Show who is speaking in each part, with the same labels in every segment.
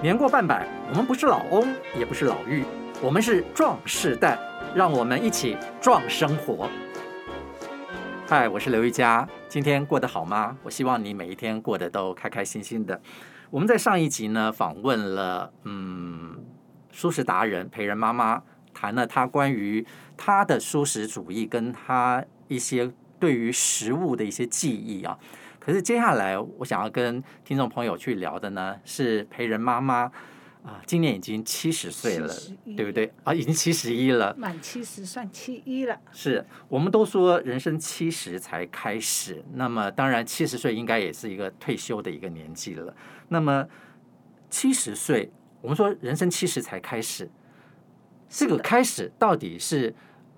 Speaker 1: 年过半百，我们不是老翁，也不是老妪，我们是壮世代，让我们一起壮生活。嗨，我是刘一佳，今天过得好吗？我希望你每一天过得都开开心心的。我们在上一集呢访问了嗯，素食达人陪人妈妈，谈了她关于她的素食主义跟她一些对于食物的一些记忆啊。可是接下来我想要跟听众朋友去聊的呢，是陪人妈妈啊，今年已经七十岁了，
Speaker 2: 71
Speaker 1: 对不对？啊，已经七十一了。
Speaker 2: 满七十算七一了，
Speaker 1: 是我们都说人生七十才开始，那么当然七十岁应该也是一个退休的一个年纪了。那么七十岁，我们说人生七十才开始，这个开始到底是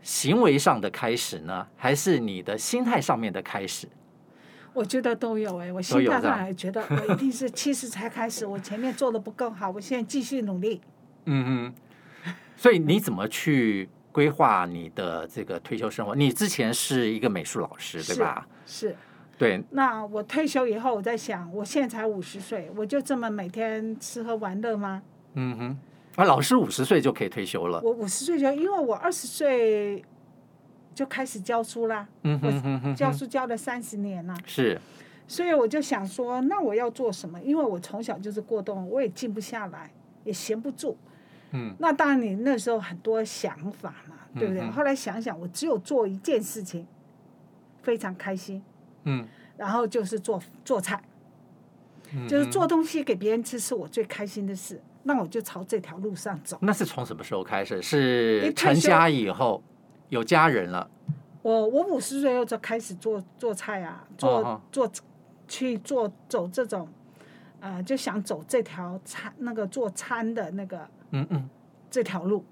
Speaker 1: 行为上的开始呢，还是你的心态上面的开始？
Speaker 2: 我觉得都有哎，我
Speaker 1: 都
Speaker 2: 心
Speaker 1: 有
Speaker 2: 态
Speaker 1: 是吧
Speaker 2: 上还觉得我一定是七十才开始，我前面做的不够好，我现在继续努力。
Speaker 1: 嗯哼，所以你怎么去规划你的这个退休生活？你之前是一个美术老师，对
Speaker 2: 是
Speaker 1: 吧？
Speaker 2: 是，
Speaker 1: 对，
Speaker 2: 那我退休以后，我在想，我现在才五十岁，我就这么每天吃喝玩乐吗？
Speaker 1: 嗯哼，啊，老师五十岁就可以退休了。
Speaker 2: 我五十岁就，因为我二十岁就开始教书啦，
Speaker 1: 嗯哼哼哼
Speaker 2: 教
Speaker 1: 哼，
Speaker 2: 书教了三十年啦，
Speaker 1: 是。
Speaker 2: 所以我就想说，那我要做什么？因为我从小就是过动，我也静不下来，也闲不住。
Speaker 1: 嗯
Speaker 2: 那当然，你那时候很多想法嘛，对不对？
Speaker 1: 嗯嗯
Speaker 2: 后来想想，我只有做一件事情，非常开心，
Speaker 1: 嗯，
Speaker 2: 然后就是做做菜，
Speaker 1: 嗯
Speaker 2: 就是做
Speaker 1: 嗯
Speaker 2: 东西给别人吃，是我最开心的事。那我就朝这条路上走。
Speaker 1: 那是从什么时候开始？
Speaker 2: 一
Speaker 1: 是成
Speaker 2: 退休
Speaker 1: 家以后有家人了，
Speaker 2: 我我五十岁后就开始做做菜啊，做、
Speaker 1: 哦哦
Speaker 2: 做去做走这种，呃，就想走这条餐那个做餐的那个
Speaker 1: 嗯嗯。
Speaker 2: 这条路。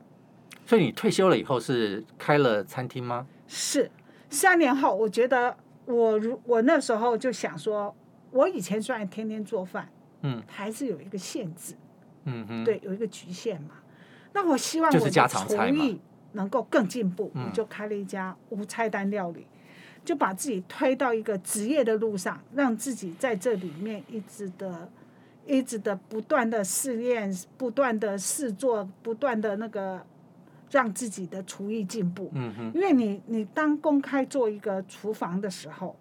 Speaker 1: 所以你退休了以后是开了餐厅吗？
Speaker 2: 是三年后，我觉得我如我那时候就想说，我以前虽然天天做饭，
Speaker 1: 嗯
Speaker 2: 还是有一个限制，
Speaker 1: 嗯哼，，
Speaker 2: 对，有一个局限嘛。那我希望
Speaker 1: 就
Speaker 2: 我
Speaker 1: 是
Speaker 2: 的
Speaker 1: 家常菜
Speaker 2: 厨
Speaker 1: 嘛
Speaker 2: 艺能够更进步，
Speaker 1: 嗯
Speaker 2: 我就开了一家无菜单料理，就把自己推到一个职业的路上，让自己在这里面一直的。一直的不断的试验，不断的试做，不断的那个，让自己的厨艺进步。
Speaker 1: 嗯哼，
Speaker 2: 因为你你当公开做一个厨房的时候，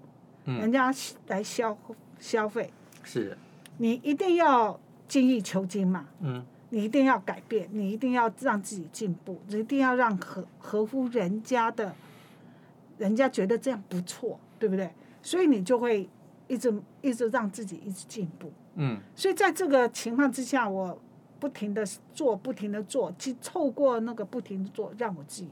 Speaker 2: 人
Speaker 1: 嗯
Speaker 2: 家来消消费，
Speaker 1: 是，
Speaker 2: 你一定要精益求精嘛，
Speaker 1: 嗯
Speaker 2: 你一定要改变，你一定要让自己进步，你一定要让合合乎人家的，人家觉得这样不错，对不对？所以你就会一直一直让自己一直进步。
Speaker 1: 嗯
Speaker 2: 所以在这个情况之下，我不停的做，不停的做，去透过那个不停的做，让我自己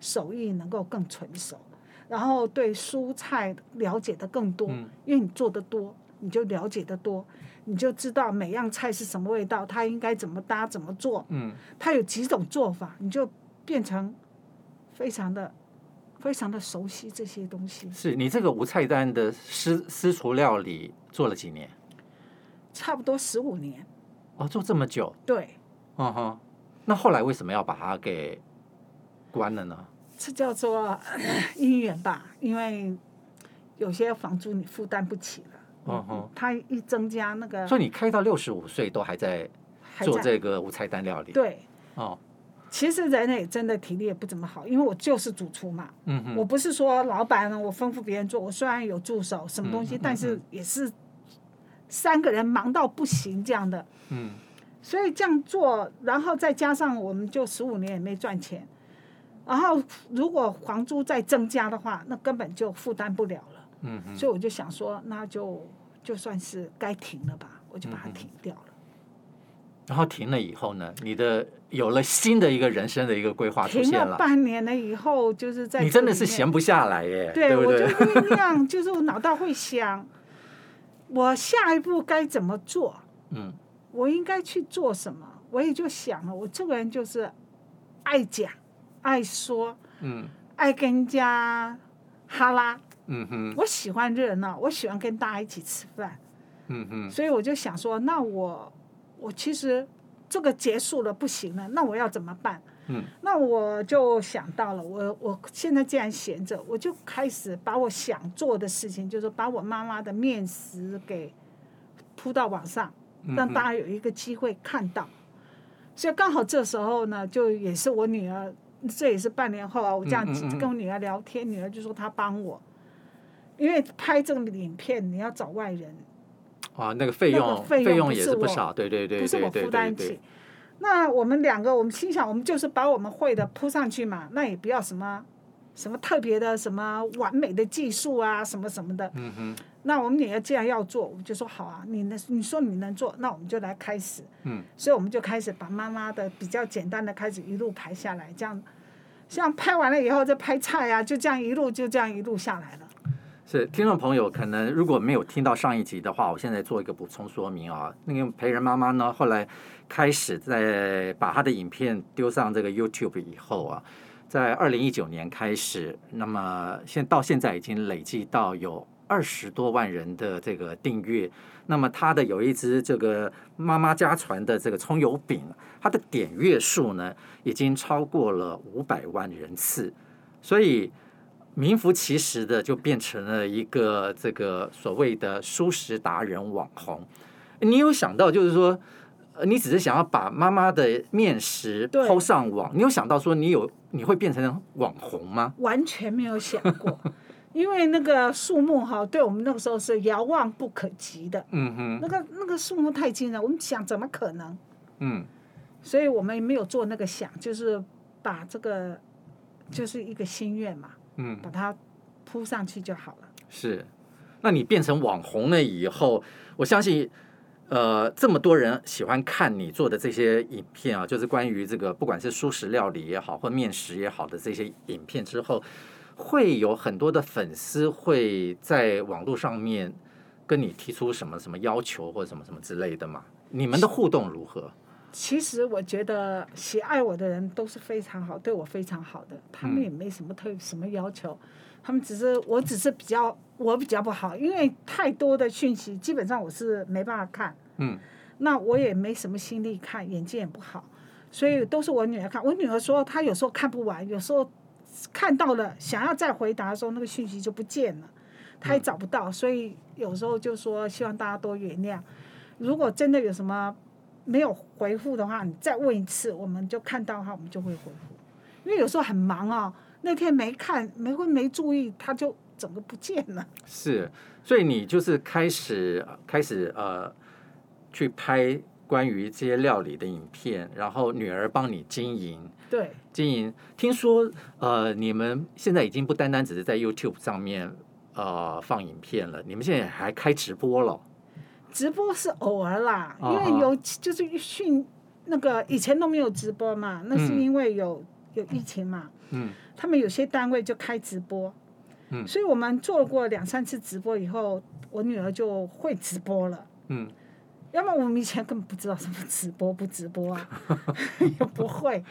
Speaker 2: 手艺能够更纯熟，然后对蔬菜了解的更多，
Speaker 1: 嗯
Speaker 2: 因为你做的多，你就了解的多，你就知道每样菜是什么味道，它应该怎么搭，怎么做，
Speaker 1: 嗯，
Speaker 2: 它有几种做法，你就变成非常的、非常的熟悉这些东西。
Speaker 1: 是你这个无菜单的私私厨料理做了几年？
Speaker 2: 差不多十五年，
Speaker 1: 哦，做这么久，
Speaker 2: 对，
Speaker 1: 嗯哼，那后来为什么要把它给关了呢？
Speaker 2: 这叫做 姻缘吧，因为有些房租你负担不起了，
Speaker 1: 嗯哼，
Speaker 2: 它一增加那个
Speaker 1: 所以你开到六十五岁都还在
Speaker 2: 嗯还
Speaker 1: 做
Speaker 2: 在
Speaker 1: 这个无菜单料理，
Speaker 2: 对。
Speaker 1: 哦，
Speaker 2: 其实人也真的体力也不怎么好，因为我就是主厨嘛，
Speaker 1: 嗯哼，
Speaker 2: 我不是说老板我吩咐别人做，我虽然有助手什么东西，
Speaker 1: 嗯嗯
Speaker 2: 但是也是三个人忙到不行这样的，
Speaker 1: 嗯
Speaker 2: 所以这样做，然后再加上我们就十五年也没赚钱，然后如果房租再增加的话，那根本就负担不了了。
Speaker 1: 嗯哼。
Speaker 2: 所以我就想说，那就就算是该停了吧，我就把它
Speaker 1: 嗯
Speaker 2: 停掉了，
Speaker 1: 然后停了以后呢，你的有了新的一个人生的一个规划出
Speaker 2: 停
Speaker 1: 现
Speaker 2: 了
Speaker 1: 了，
Speaker 2: 半年了以后，就是在
Speaker 1: 你真的
Speaker 2: 这里
Speaker 1: 是
Speaker 2: 面
Speaker 1: 闲不下来耶，
Speaker 2: 对，
Speaker 1: 不
Speaker 2: 我就
Speaker 1: 对？
Speaker 2: 酝酿，就是我脑袋会想，我下一步该怎么做，
Speaker 1: 嗯
Speaker 2: 我应该去做什么，我也就想了，我这个人就是爱讲、爱说、
Speaker 1: 嗯
Speaker 2: 爱跟人家哈拉，
Speaker 1: 嗯哼
Speaker 2: 我喜欢热闹，我喜欢跟大家一起吃饭。
Speaker 1: 嗯哼
Speaker 2: 所以我就想说，那我我其实这个结束了不行了，那我要怎么办？
Speaker 1: 嗯
Speaker 2: 那我就想到了，我我现在既然闲着，我就开始把我想做的事情，就是把我妈妈的面食给铺到网上，
Speaker 1: 嗯
Speaker 2: 让大家有一个机会看到。所以刚好这时候呢，就也是我女儿，这也是半年后啊，我这样
Speaker 1: 嗯嗯嗯嗯
Speaker 2: 跟我女儿聊天，女儿就说她帮我，因为拍这个影片你要找外人，
Speaker 1: 啊，那个费
Speaker 2: 那个
Speaker 1: 用
Speaker 2: 费用不
Speaker 1: 也
Speaker 2: 是
Speaker 1: 是不
Speaker 2: 我
Speaker 1: 少，对对对
Speaker 2: 不是
Speaker 1: 对
Speaker 2: 我
Speaker 1: 对
Speaker 2: 负
Speaker 1: 对
Speaker 2: 担
Speaker 1: 对
Speaker 2: 起。。那我们两个，我们心想，我们就是把我们会的铺上去嘛，那也不要什么什么特别的、什么完美的技术啊，什么什么的。
Speaker 1: 嗯哼，
Speaker 2: 那我们女儿既然要做，我们就说好啊，你能你说你能做，那我们就来开始。
Speaker 1: 嗯，
Speaker 2: 所以我们就开始把妈妈的比较简单的开始一路排下来，这样，像拍完了以后再拍菜啊，就这样一路就这样一路下来了。
Speaker 1: 是听众朋友可能如果没有听到上一集的话，我现在做一个补充说明啊。那个陪人妈妈呢，后来开始在把她的影片丢上这个 YouTube 以后啊，在二零一九年开始，那么现到现在已经累计到有二十多万人的这个订阅。那么她的有一支这个妈妈家传的这个葱油饼，它的点阅数呢已经超过了五百万人次，所以名副其实的就变成了一个这个所谓的舒适达人网红。你有想到就是说，呃你只是想要把妈妈的面食
Speaker 2: 对
Speaker 1: 抛上网，你有想到说你有你会变成网红吗？
Speaker 2: 完全没有想 过，因为那个树木哈，对我们那个时候是遥望不可及的，
Speaker 1: 嗯哼，
Speaker 2: 那个那个树木太惊人，我们想怎么可能？
Speaker 1: 嗯
Speaker 2: 所以我们没有做那个想，就是把这个就是一个心愿嘛，
Speaker 1: 嗯，
Speaker 2: 把它铺上去就好了。
Speaker 1: 是。那你变成网红了以后，我相信，呃，这么多人喜欢看你做的这些影片啊，就是关于这个不管是素食料理也好，或面食也好的这些影片之后，会有很多的粉丝会在网络上面跟你提出什么什么要求或者什么什么之类的嘛？你们的互动如何？
Speaker 2: 其实我觉得喜爱我的人都是非常好，对我非常好的，他们也没什么特什么要求，他们只是我只是比较我比较不好，因为太多的讯息基本上我是没办法看，
Speaker 1: 嗯，
Speaker 2: 那我也没什么心力看，眼睛也不好，所以都是我女儿看。我女儿说她有时候看不完，有时候看到了想要再回答的时候，那个讯息就不见了，她也找不到，所以有时候就说希望大家多原谅。如果真的有什么没有回复的话，你再问一次，我们就看到的话，我们就会回复。因为有时候很忙哦，那天没看，没会没注意，它就整个不见了。
Speaker 1: 是，所以你就是开始开始呃，去拍关于这些料理的影片，然后女儿帮你经营
Speaker 2: 对，
Speaker 1: 经营。听说呃，你们现在已经不单单只是在 YouTube 上面呃放影片了，你们现在还开直播了。
Speaker 2: 直播是偶尔啦，因
Speaker 1: 哦
Speaker 2: 为有就是训那个以前都没有直播嘛，那是
Speaker 1: 嗯
Speaker 2: 因为有、有疫情嘛，
Speaker 1: 嗯
Speaker 2: 他们有些单位就开直播。
Speaker 1: 嗯
Speaker 2: 所以我们做过两三次直播以后，我女儿就会直播了。
Speaker 1: 嗯，
Speaker 2: 要么我们以前根本不知道什么直播不直播 啊，也不会。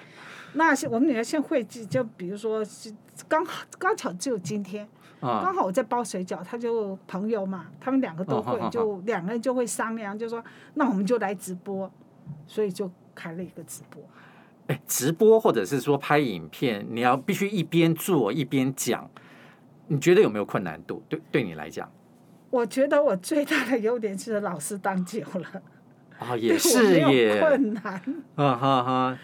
Speaker 2: 那些我们女儿先会记，就比如说是刚好刚巧只有今天，
Speaker 1: 啊
Speaker 2: 刚好我在包水饺，她就朋友嘛，他们两个都
Speaker 1: 哦好好
Speaker 2: 会，
Speaker 1: 好
Speaker 2: 就两个人就会商量，就说那我们就来直播，所以就开了一个直播。
Speaker 1: 哎，直播或者是说拍影片，你要必须一边做一边讲，你觉得有没有困难度？对，对你来讲
Speaker 2: 我觉得我最大的优点是老师当久了，
Speaker 1: 啊、
Speaker 2: 对
Speaker 1: 也
Speaker 2: 我
Speaker 1: 是
Speaker 2: 没
Speaker 1: 耶，
Speaker 2: 有困难。
Speaker 1: 啊哈哈，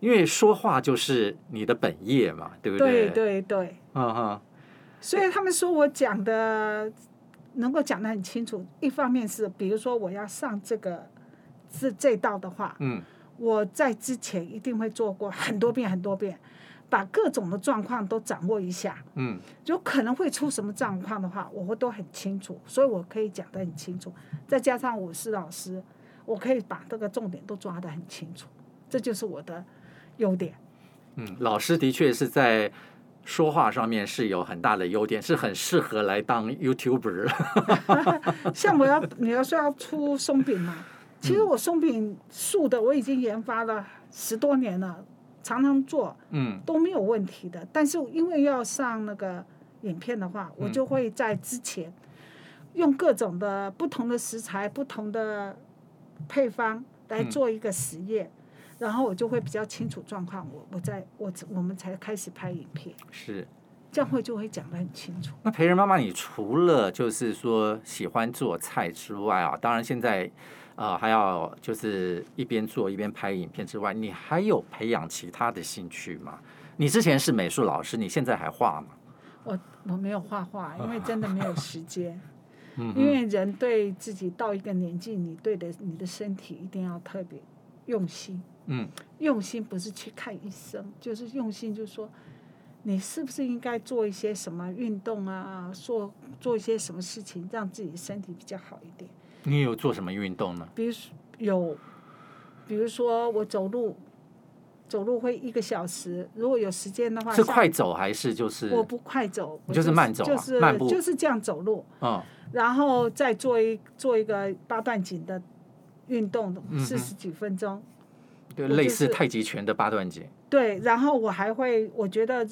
Speaker 1: 因为说话就是你的本业嘛，对不对，
Speaker 2: 对对对，
Speaker 1: 啊哈，
Speaker 2: 所以他们说我讲的能够讲得很清楚，一方面是比如说我要上这个这这道的话，
Speaker 1: 嗯
Speaker 2: 我在之前一定会做过很多遍很多遍，把各种的状况都掌握一下。
Speaker 1: 嗯
Speaker 2: 有可能会出什么状况的话，我会都很清楚，所以我可以讲得很清楚。再加上我是老师，我可以把这个重点都抓得很清楚，这就是我的优点。
Speaker 1: 嗯，老师的确是在说话上面是有很大的优点，是很适合来当 YouTuber。
Speaker 2: 像我要你要说要出松饼嘛，其实我松饼素的我已经研发了十多年了，常常做
Speaker 1: 嗯
Speaker 2: 都没有问题的。但是因为要上那个影片的话，我就会在之前用各种的不同的食材、不同的配方来做一个实验。然后我就会比较清楚状况，我我在我我们才开始拍影片，
Speaker 1: 是。
Speaker 2: 这样会就会讲得很清楚。
Speaker 1: 那培仁妈妈，你除了就是说喜欢做菜之外啊，当然现在呃，还要就是一边做一边拍影片之外，你还有培养其他的兴趣吗？你之前是美术老师，你现在还画吗？
Speaker 2: 我我没有画画，因为真的没有时间。
Speaker 1: 啊 嗯
Speaker 2: 因为人对自己到一个年纪，你对的你的身体一定要特别用心。
Speaker 1: 嗯，
Speaker 2: 用心不是去看医生，就是用心，就是说你是不是应该做一些什么运动啊，做做一些什么事情，让自己身体比较好一点。
Speaker 1: 你有做什么运动呢？
Speaker 2: 比如说有，比如说我走路，走路会一个小时，如果有时间的话，
Speaker 1: 是
Speaker 2: 像
Speaker 1: 快走还是就是？
Speaker 2: 我不快走，我
Speaker 1: 你就是慢走啊
Speaker 2: 就是
Speaker 1: 慢步
Speaker 2: 就是这样走路，
Speaker 1: 嗯
Speaker 2: 然后再做一做一个八段锦的运动
Speaker 1: 嗯，哼
Speaker 2: 四十几分钟。
Speaker 1: 对，
Speaker 2: 我
Speaker 1: 类
Speaker 2: 就
Speaker 1: 似
Speaker 2: 是
Speaker 1: 太极拳的八段锦。
Speaker 2: 对，然后我还会，我觉得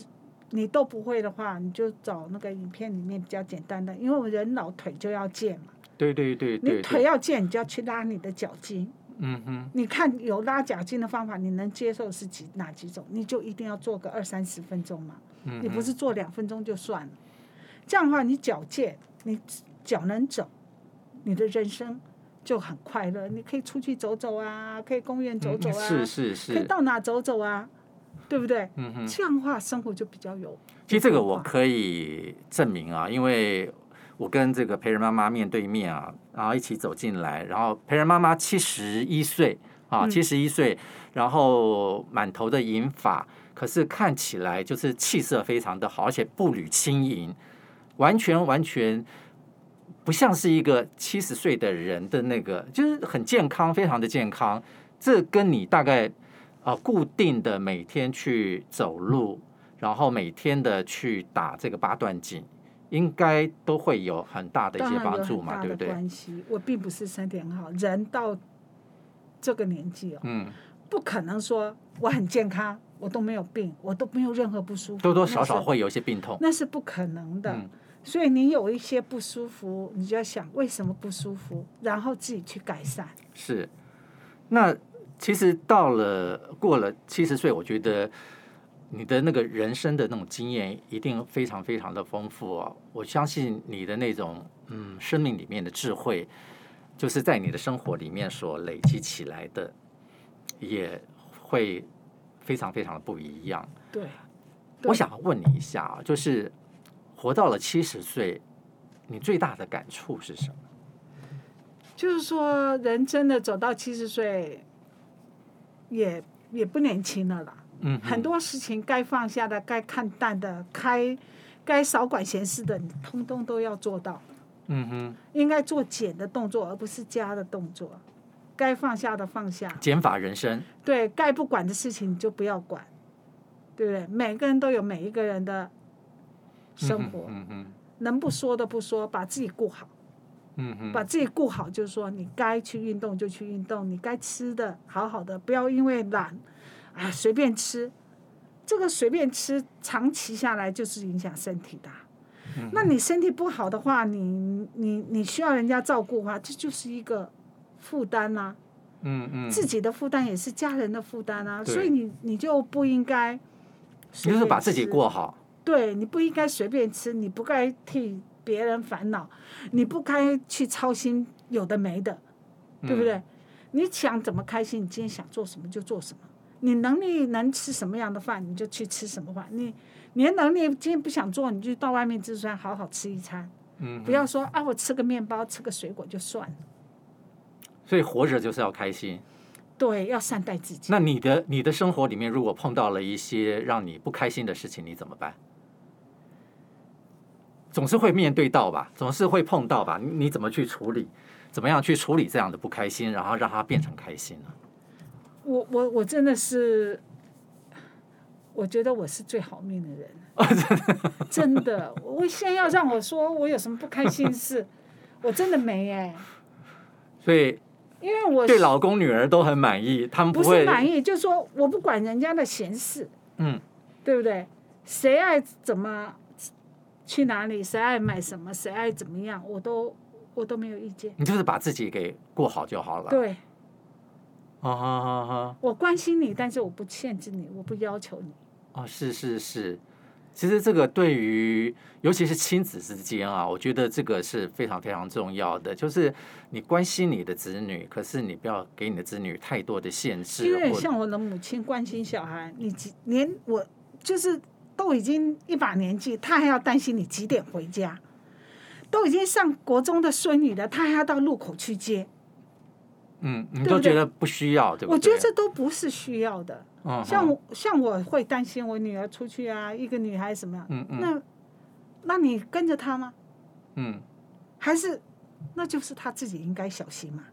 Speaker 2: 你都不会的话，你就找那个影片里面比较简单的，因为我们人老腿就要健嘛，
Speaker 1: 对对对
Speaker 2: 你
Speaker 1: 对
Speaker 2: 腿
Speaker 1: 对，
Speaker 2: 要健，你就要去拉你的脚筋。
Speaker 1: 嗯哼，
Speaker 2: 你看有拉脚筋的方法，你能接受是几哪几种？你就一定要做个二三十分钟嘛，
Speaker 1: 嗯
Speaker 2: 你不
Speaker 1: 哼
Speaker 2: 是做两分钟就算了。这样的话，你脚健，你脚能走，你的人生就很快乐。你可以出去走走啊，可以公园走
Speaker 1: 嗯
Speaker 2: 走啊，
Speaker 1: 是是
Speaker 2: 可以
Speaker 1: 是，
Speaker 2: 到哪走走啊，对不对？
Speaker 1: 嗯哼。
Speaker 2: 这样的话，生活就比较有。
Speaker 1: 其实这个我可以证明啊，因为我跟这个陪人妈妈面对面啊，然后一起走进来，然后陪人妈妈七十一岁啊，
Speaker 2: 嗯
Speaker 1: 七十一岁，然后满头的银发，可是看起来就是气色非常的好，而且步履轻盈，完全完全。不像是一个七十岁的人的那个，就是很健康，非常的健康。这跟你大概啊、呃固定的每天去走路，然后每天的去打这个八段锦，应该都会有很大的一
Speaker 2: 当
Speaker 1: 些
Speaker 2: 然有
Speaker 1: 帮助
Speaker 2: 很
Speaker 1: 嘛，
Speaker 2: 大
Speaker 1: 对
Speaker 2: 的
Speaker 1: 不对？
Speaker 2: 关系。我并不是身体很好，人到这个年纪哦，
Speaker 1: 嗯，
Speaker 2: 不可能说我很健康，我都没有病，我都没有任何不舒服，
Speaker 1: 多多
Speaker 2: 那
Speaker 1: 少少
Speaker 2: 是，
Speaker 1: 会有一些病痛。
Speaker 2: 那是不可能的。
Speaker 1: 哦嗯
Speaker 2: 所以你有一些不舒服，你就要想为什么不舒服，然后自己去改善。
Speaker 1: 是，那其实到了过了七十岁，我觉得你的那个人生的那种经验一定非常非常的丰富哦。我相信你的那种嗯生命里面的智慧，就是在你的生活里面所累积起来的，也会非常非常的不一样。
Speaker 2: 对，
Speaker 1: 我
Speaker 2: 对
Speaker 1: 想问你一下啊，就是活到了七十岁，你最大的感触是什么？
Speaker 2: 就是说人真的走到七十岁，也也不年轻了啦。
Speaker 1: 嗯哼
Speaker 2: 很多事情该放下的、该看淡的、该该少管闲事的，你通通都要做到。
Speaker 1: 嗯哼，
Speaker 2: 应该做减的动作，而不是加的动作。该放下的放下，
Speaker 1: 减法人生，
Speaker 2: 对该不管的事情你就不要管，对不对？每个人都有每一个人的生活，
Speaker 1: 嗯哼。嗯哼
Speaker 2: 能不说的不说，把自己顾好。
Speaker 1: 嗯哼，
Speaker 2: 把自己顾好，就是说你该去运动就去运动，你该吃的好好的，不要因为懒，啊随便吃。这个随便吃，长期下来就是影响身体的啊。
Speaker 1: 嗯
Speaker 2: 那你身体不好的话，你你你需要人家照顾的话，这就是一个负担啊啦、
Speaker 1: 嗯嗯，
Speaker 2: 自己的负担也是家人的负担啊。
Speaker 1: 对
Speaker 2: 所以你你就不应该
Speaker 1: 你
Speaker 2: 随便吃，
Speaker 1: 就是把自己过好，
Speaker 2: 对你不应该随便吃，你不该替别人烦恼，你不该去操心有的没的，
Speaker 1: 嗯
Speaker 2: 对不对？你想怎么开心，你今天想做什么就做什么。你能力能吃什么样的饭，你就去吃什么饭。你你的能力今天不想做，你就到外面自助餐好好吃一餐，
Speaker 1: 嗯，
Speaker 2: 不要说啊我吃个面包吃个水果就算了。
Speaker 1: 所以活着就是要开心。
Speaker 2: 对，要善待自己。
Speaker 1: 那你的你的生活里面，如果碰到了一些让你不开心的事情，你怎么办？总是会面对到吧，总是会碰到吧，你你怎么去处理？怎么样去处理这样的不开心，然后让它变成开心呢？
Speaker 2: 我我我真的是，我觉得我是最好命的人， 真的。我现在要让我说我有什么不开心事，我真的没哎、
Speaker 1: 所以
Speaker 2: 因为我
Speaker 1: 对
Speaker 2: 是
Speaker 1: 老公女儿都很满意，他们
Speaker 2: 不
Speaker 1: 会
Speaker 2: 是满意，就是说我不管人家的闲事，
Speaker 1: 嗯
Speaker 2: 对不对？谁爱怎么去哪里，谁爱买什么，谁爱怎么样，我都我都没有意见。
Speaker 1: 你就是把自己给过好就好了。
Speaker 2: 对
Speaker 1: 啊哈哈哈。
Speaker 2: 我关心你，但是我不限制你，我不要求你。
Speaker 1: 啊哦，是是是，其实这个对于尤其是亲子之间啊，我觉得这个是非常非常重要的，就是你关心你的子女，可是你不要给你的子女太多的限制，
Speaker 2: 因为
Speaker 1: 或
Speaker 2: 像我的母亲关心小孩，你几连我就是都已经一把年纪，她还要担心你几点回家，都已经上国中的孙女了，她还要到路口去接，
Speaker 1: 嗯，你
Speaker 2: 对
Speaker 1: 都
Speaker 2: 不对
Speaker 1: 觉得不需要，对不对？
Speaker 2: 我觉得这都不是需要的。
Speaker 1: 嗯
Speaker 2: 像
Speaker 1: 嗯
Speaker 2: 我像我会担心我女儿出去啊，一个女孩什么样，
Speaker 1: 嗯嗯
Speaker 2: 那那你跟着她吗？
Speaker 1: 嗯
Speaker 2: 还是那就是她自己应该小心嘛？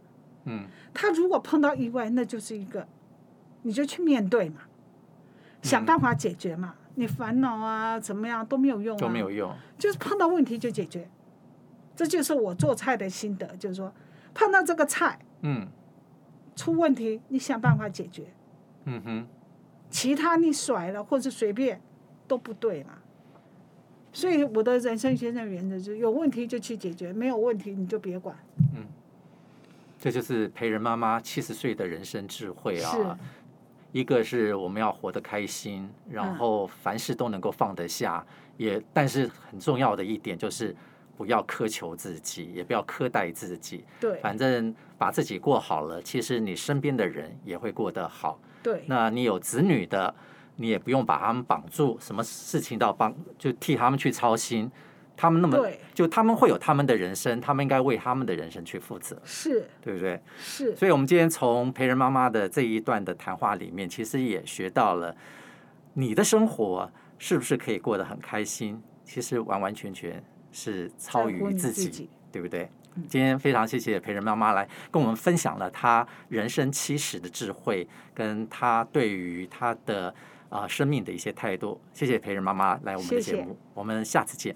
Speaker 1: 嗯
Speaker 2: 她如果碰到意外，那就是一个，你就去面对嘛，想办法解决嘛。你烦恼啊，怎么样都没有用、啊，
Speaker 1: 嗯都没有用，
Speaker 2: 就是碰到问题就解决。这就是我做菜的心得，就是说碰到这个菜
Speaker 1: 嗯
Speaker 2: 出问题，你想办法解决，
Speaker 1: 嗯哼，
Speaker 2: 其他你甩了或者随便都不对嘛。所以我的人生先生原则就是有问题就去解决，没有问题你就别管。
Speaker 1: 这就是陪人妈妈七十岁的人生智慧
Speaker 2: 是
Speaker 1: 啊。一个是我们要活得开心，然
Speaker 2: 嗯
Speaker 1: 后凡事都能够放得下，也但是很重要的一点就是不要苛求自己，也不要苛待自己，
Speaker 2: 对
Speaker 1: 反正把自己过好了，其实你身边的人也会过得好。
Speaker 2: 对
Speaker 1: 那你有子女的，你也不用把他们绑住，什么事情都要帮，就替他们去操心。他们那么
Speaker 2: 对，
Speaker 1: 就他们会有他们的人生，他们应该为他们的人生去负责，
Speaker 2: 是
Speaker 1: 对不对？
Speaker 2: 是
Speaker 1: 所以，我们今天从陪人妈妈的这一段的谈话里面，其实也学到了你的生活是不是可以过得很开心，其实完完全全是超
Speaker 2: 在乎
Speaker 1: 于
Speaker 2: 你
Speaker 1: 自己，
Speaker 2: 自己嗯
Speaker 1: 对不对？今天非常谢谢陪人妈妈来跟我们分享了她人生七十的智慧，跟她对于她的啊、呃生命的一些态度。谢谢陪人妈妈来我们的
Speaker 2: 谢谢
Speaker 1: 节目，我们下次见。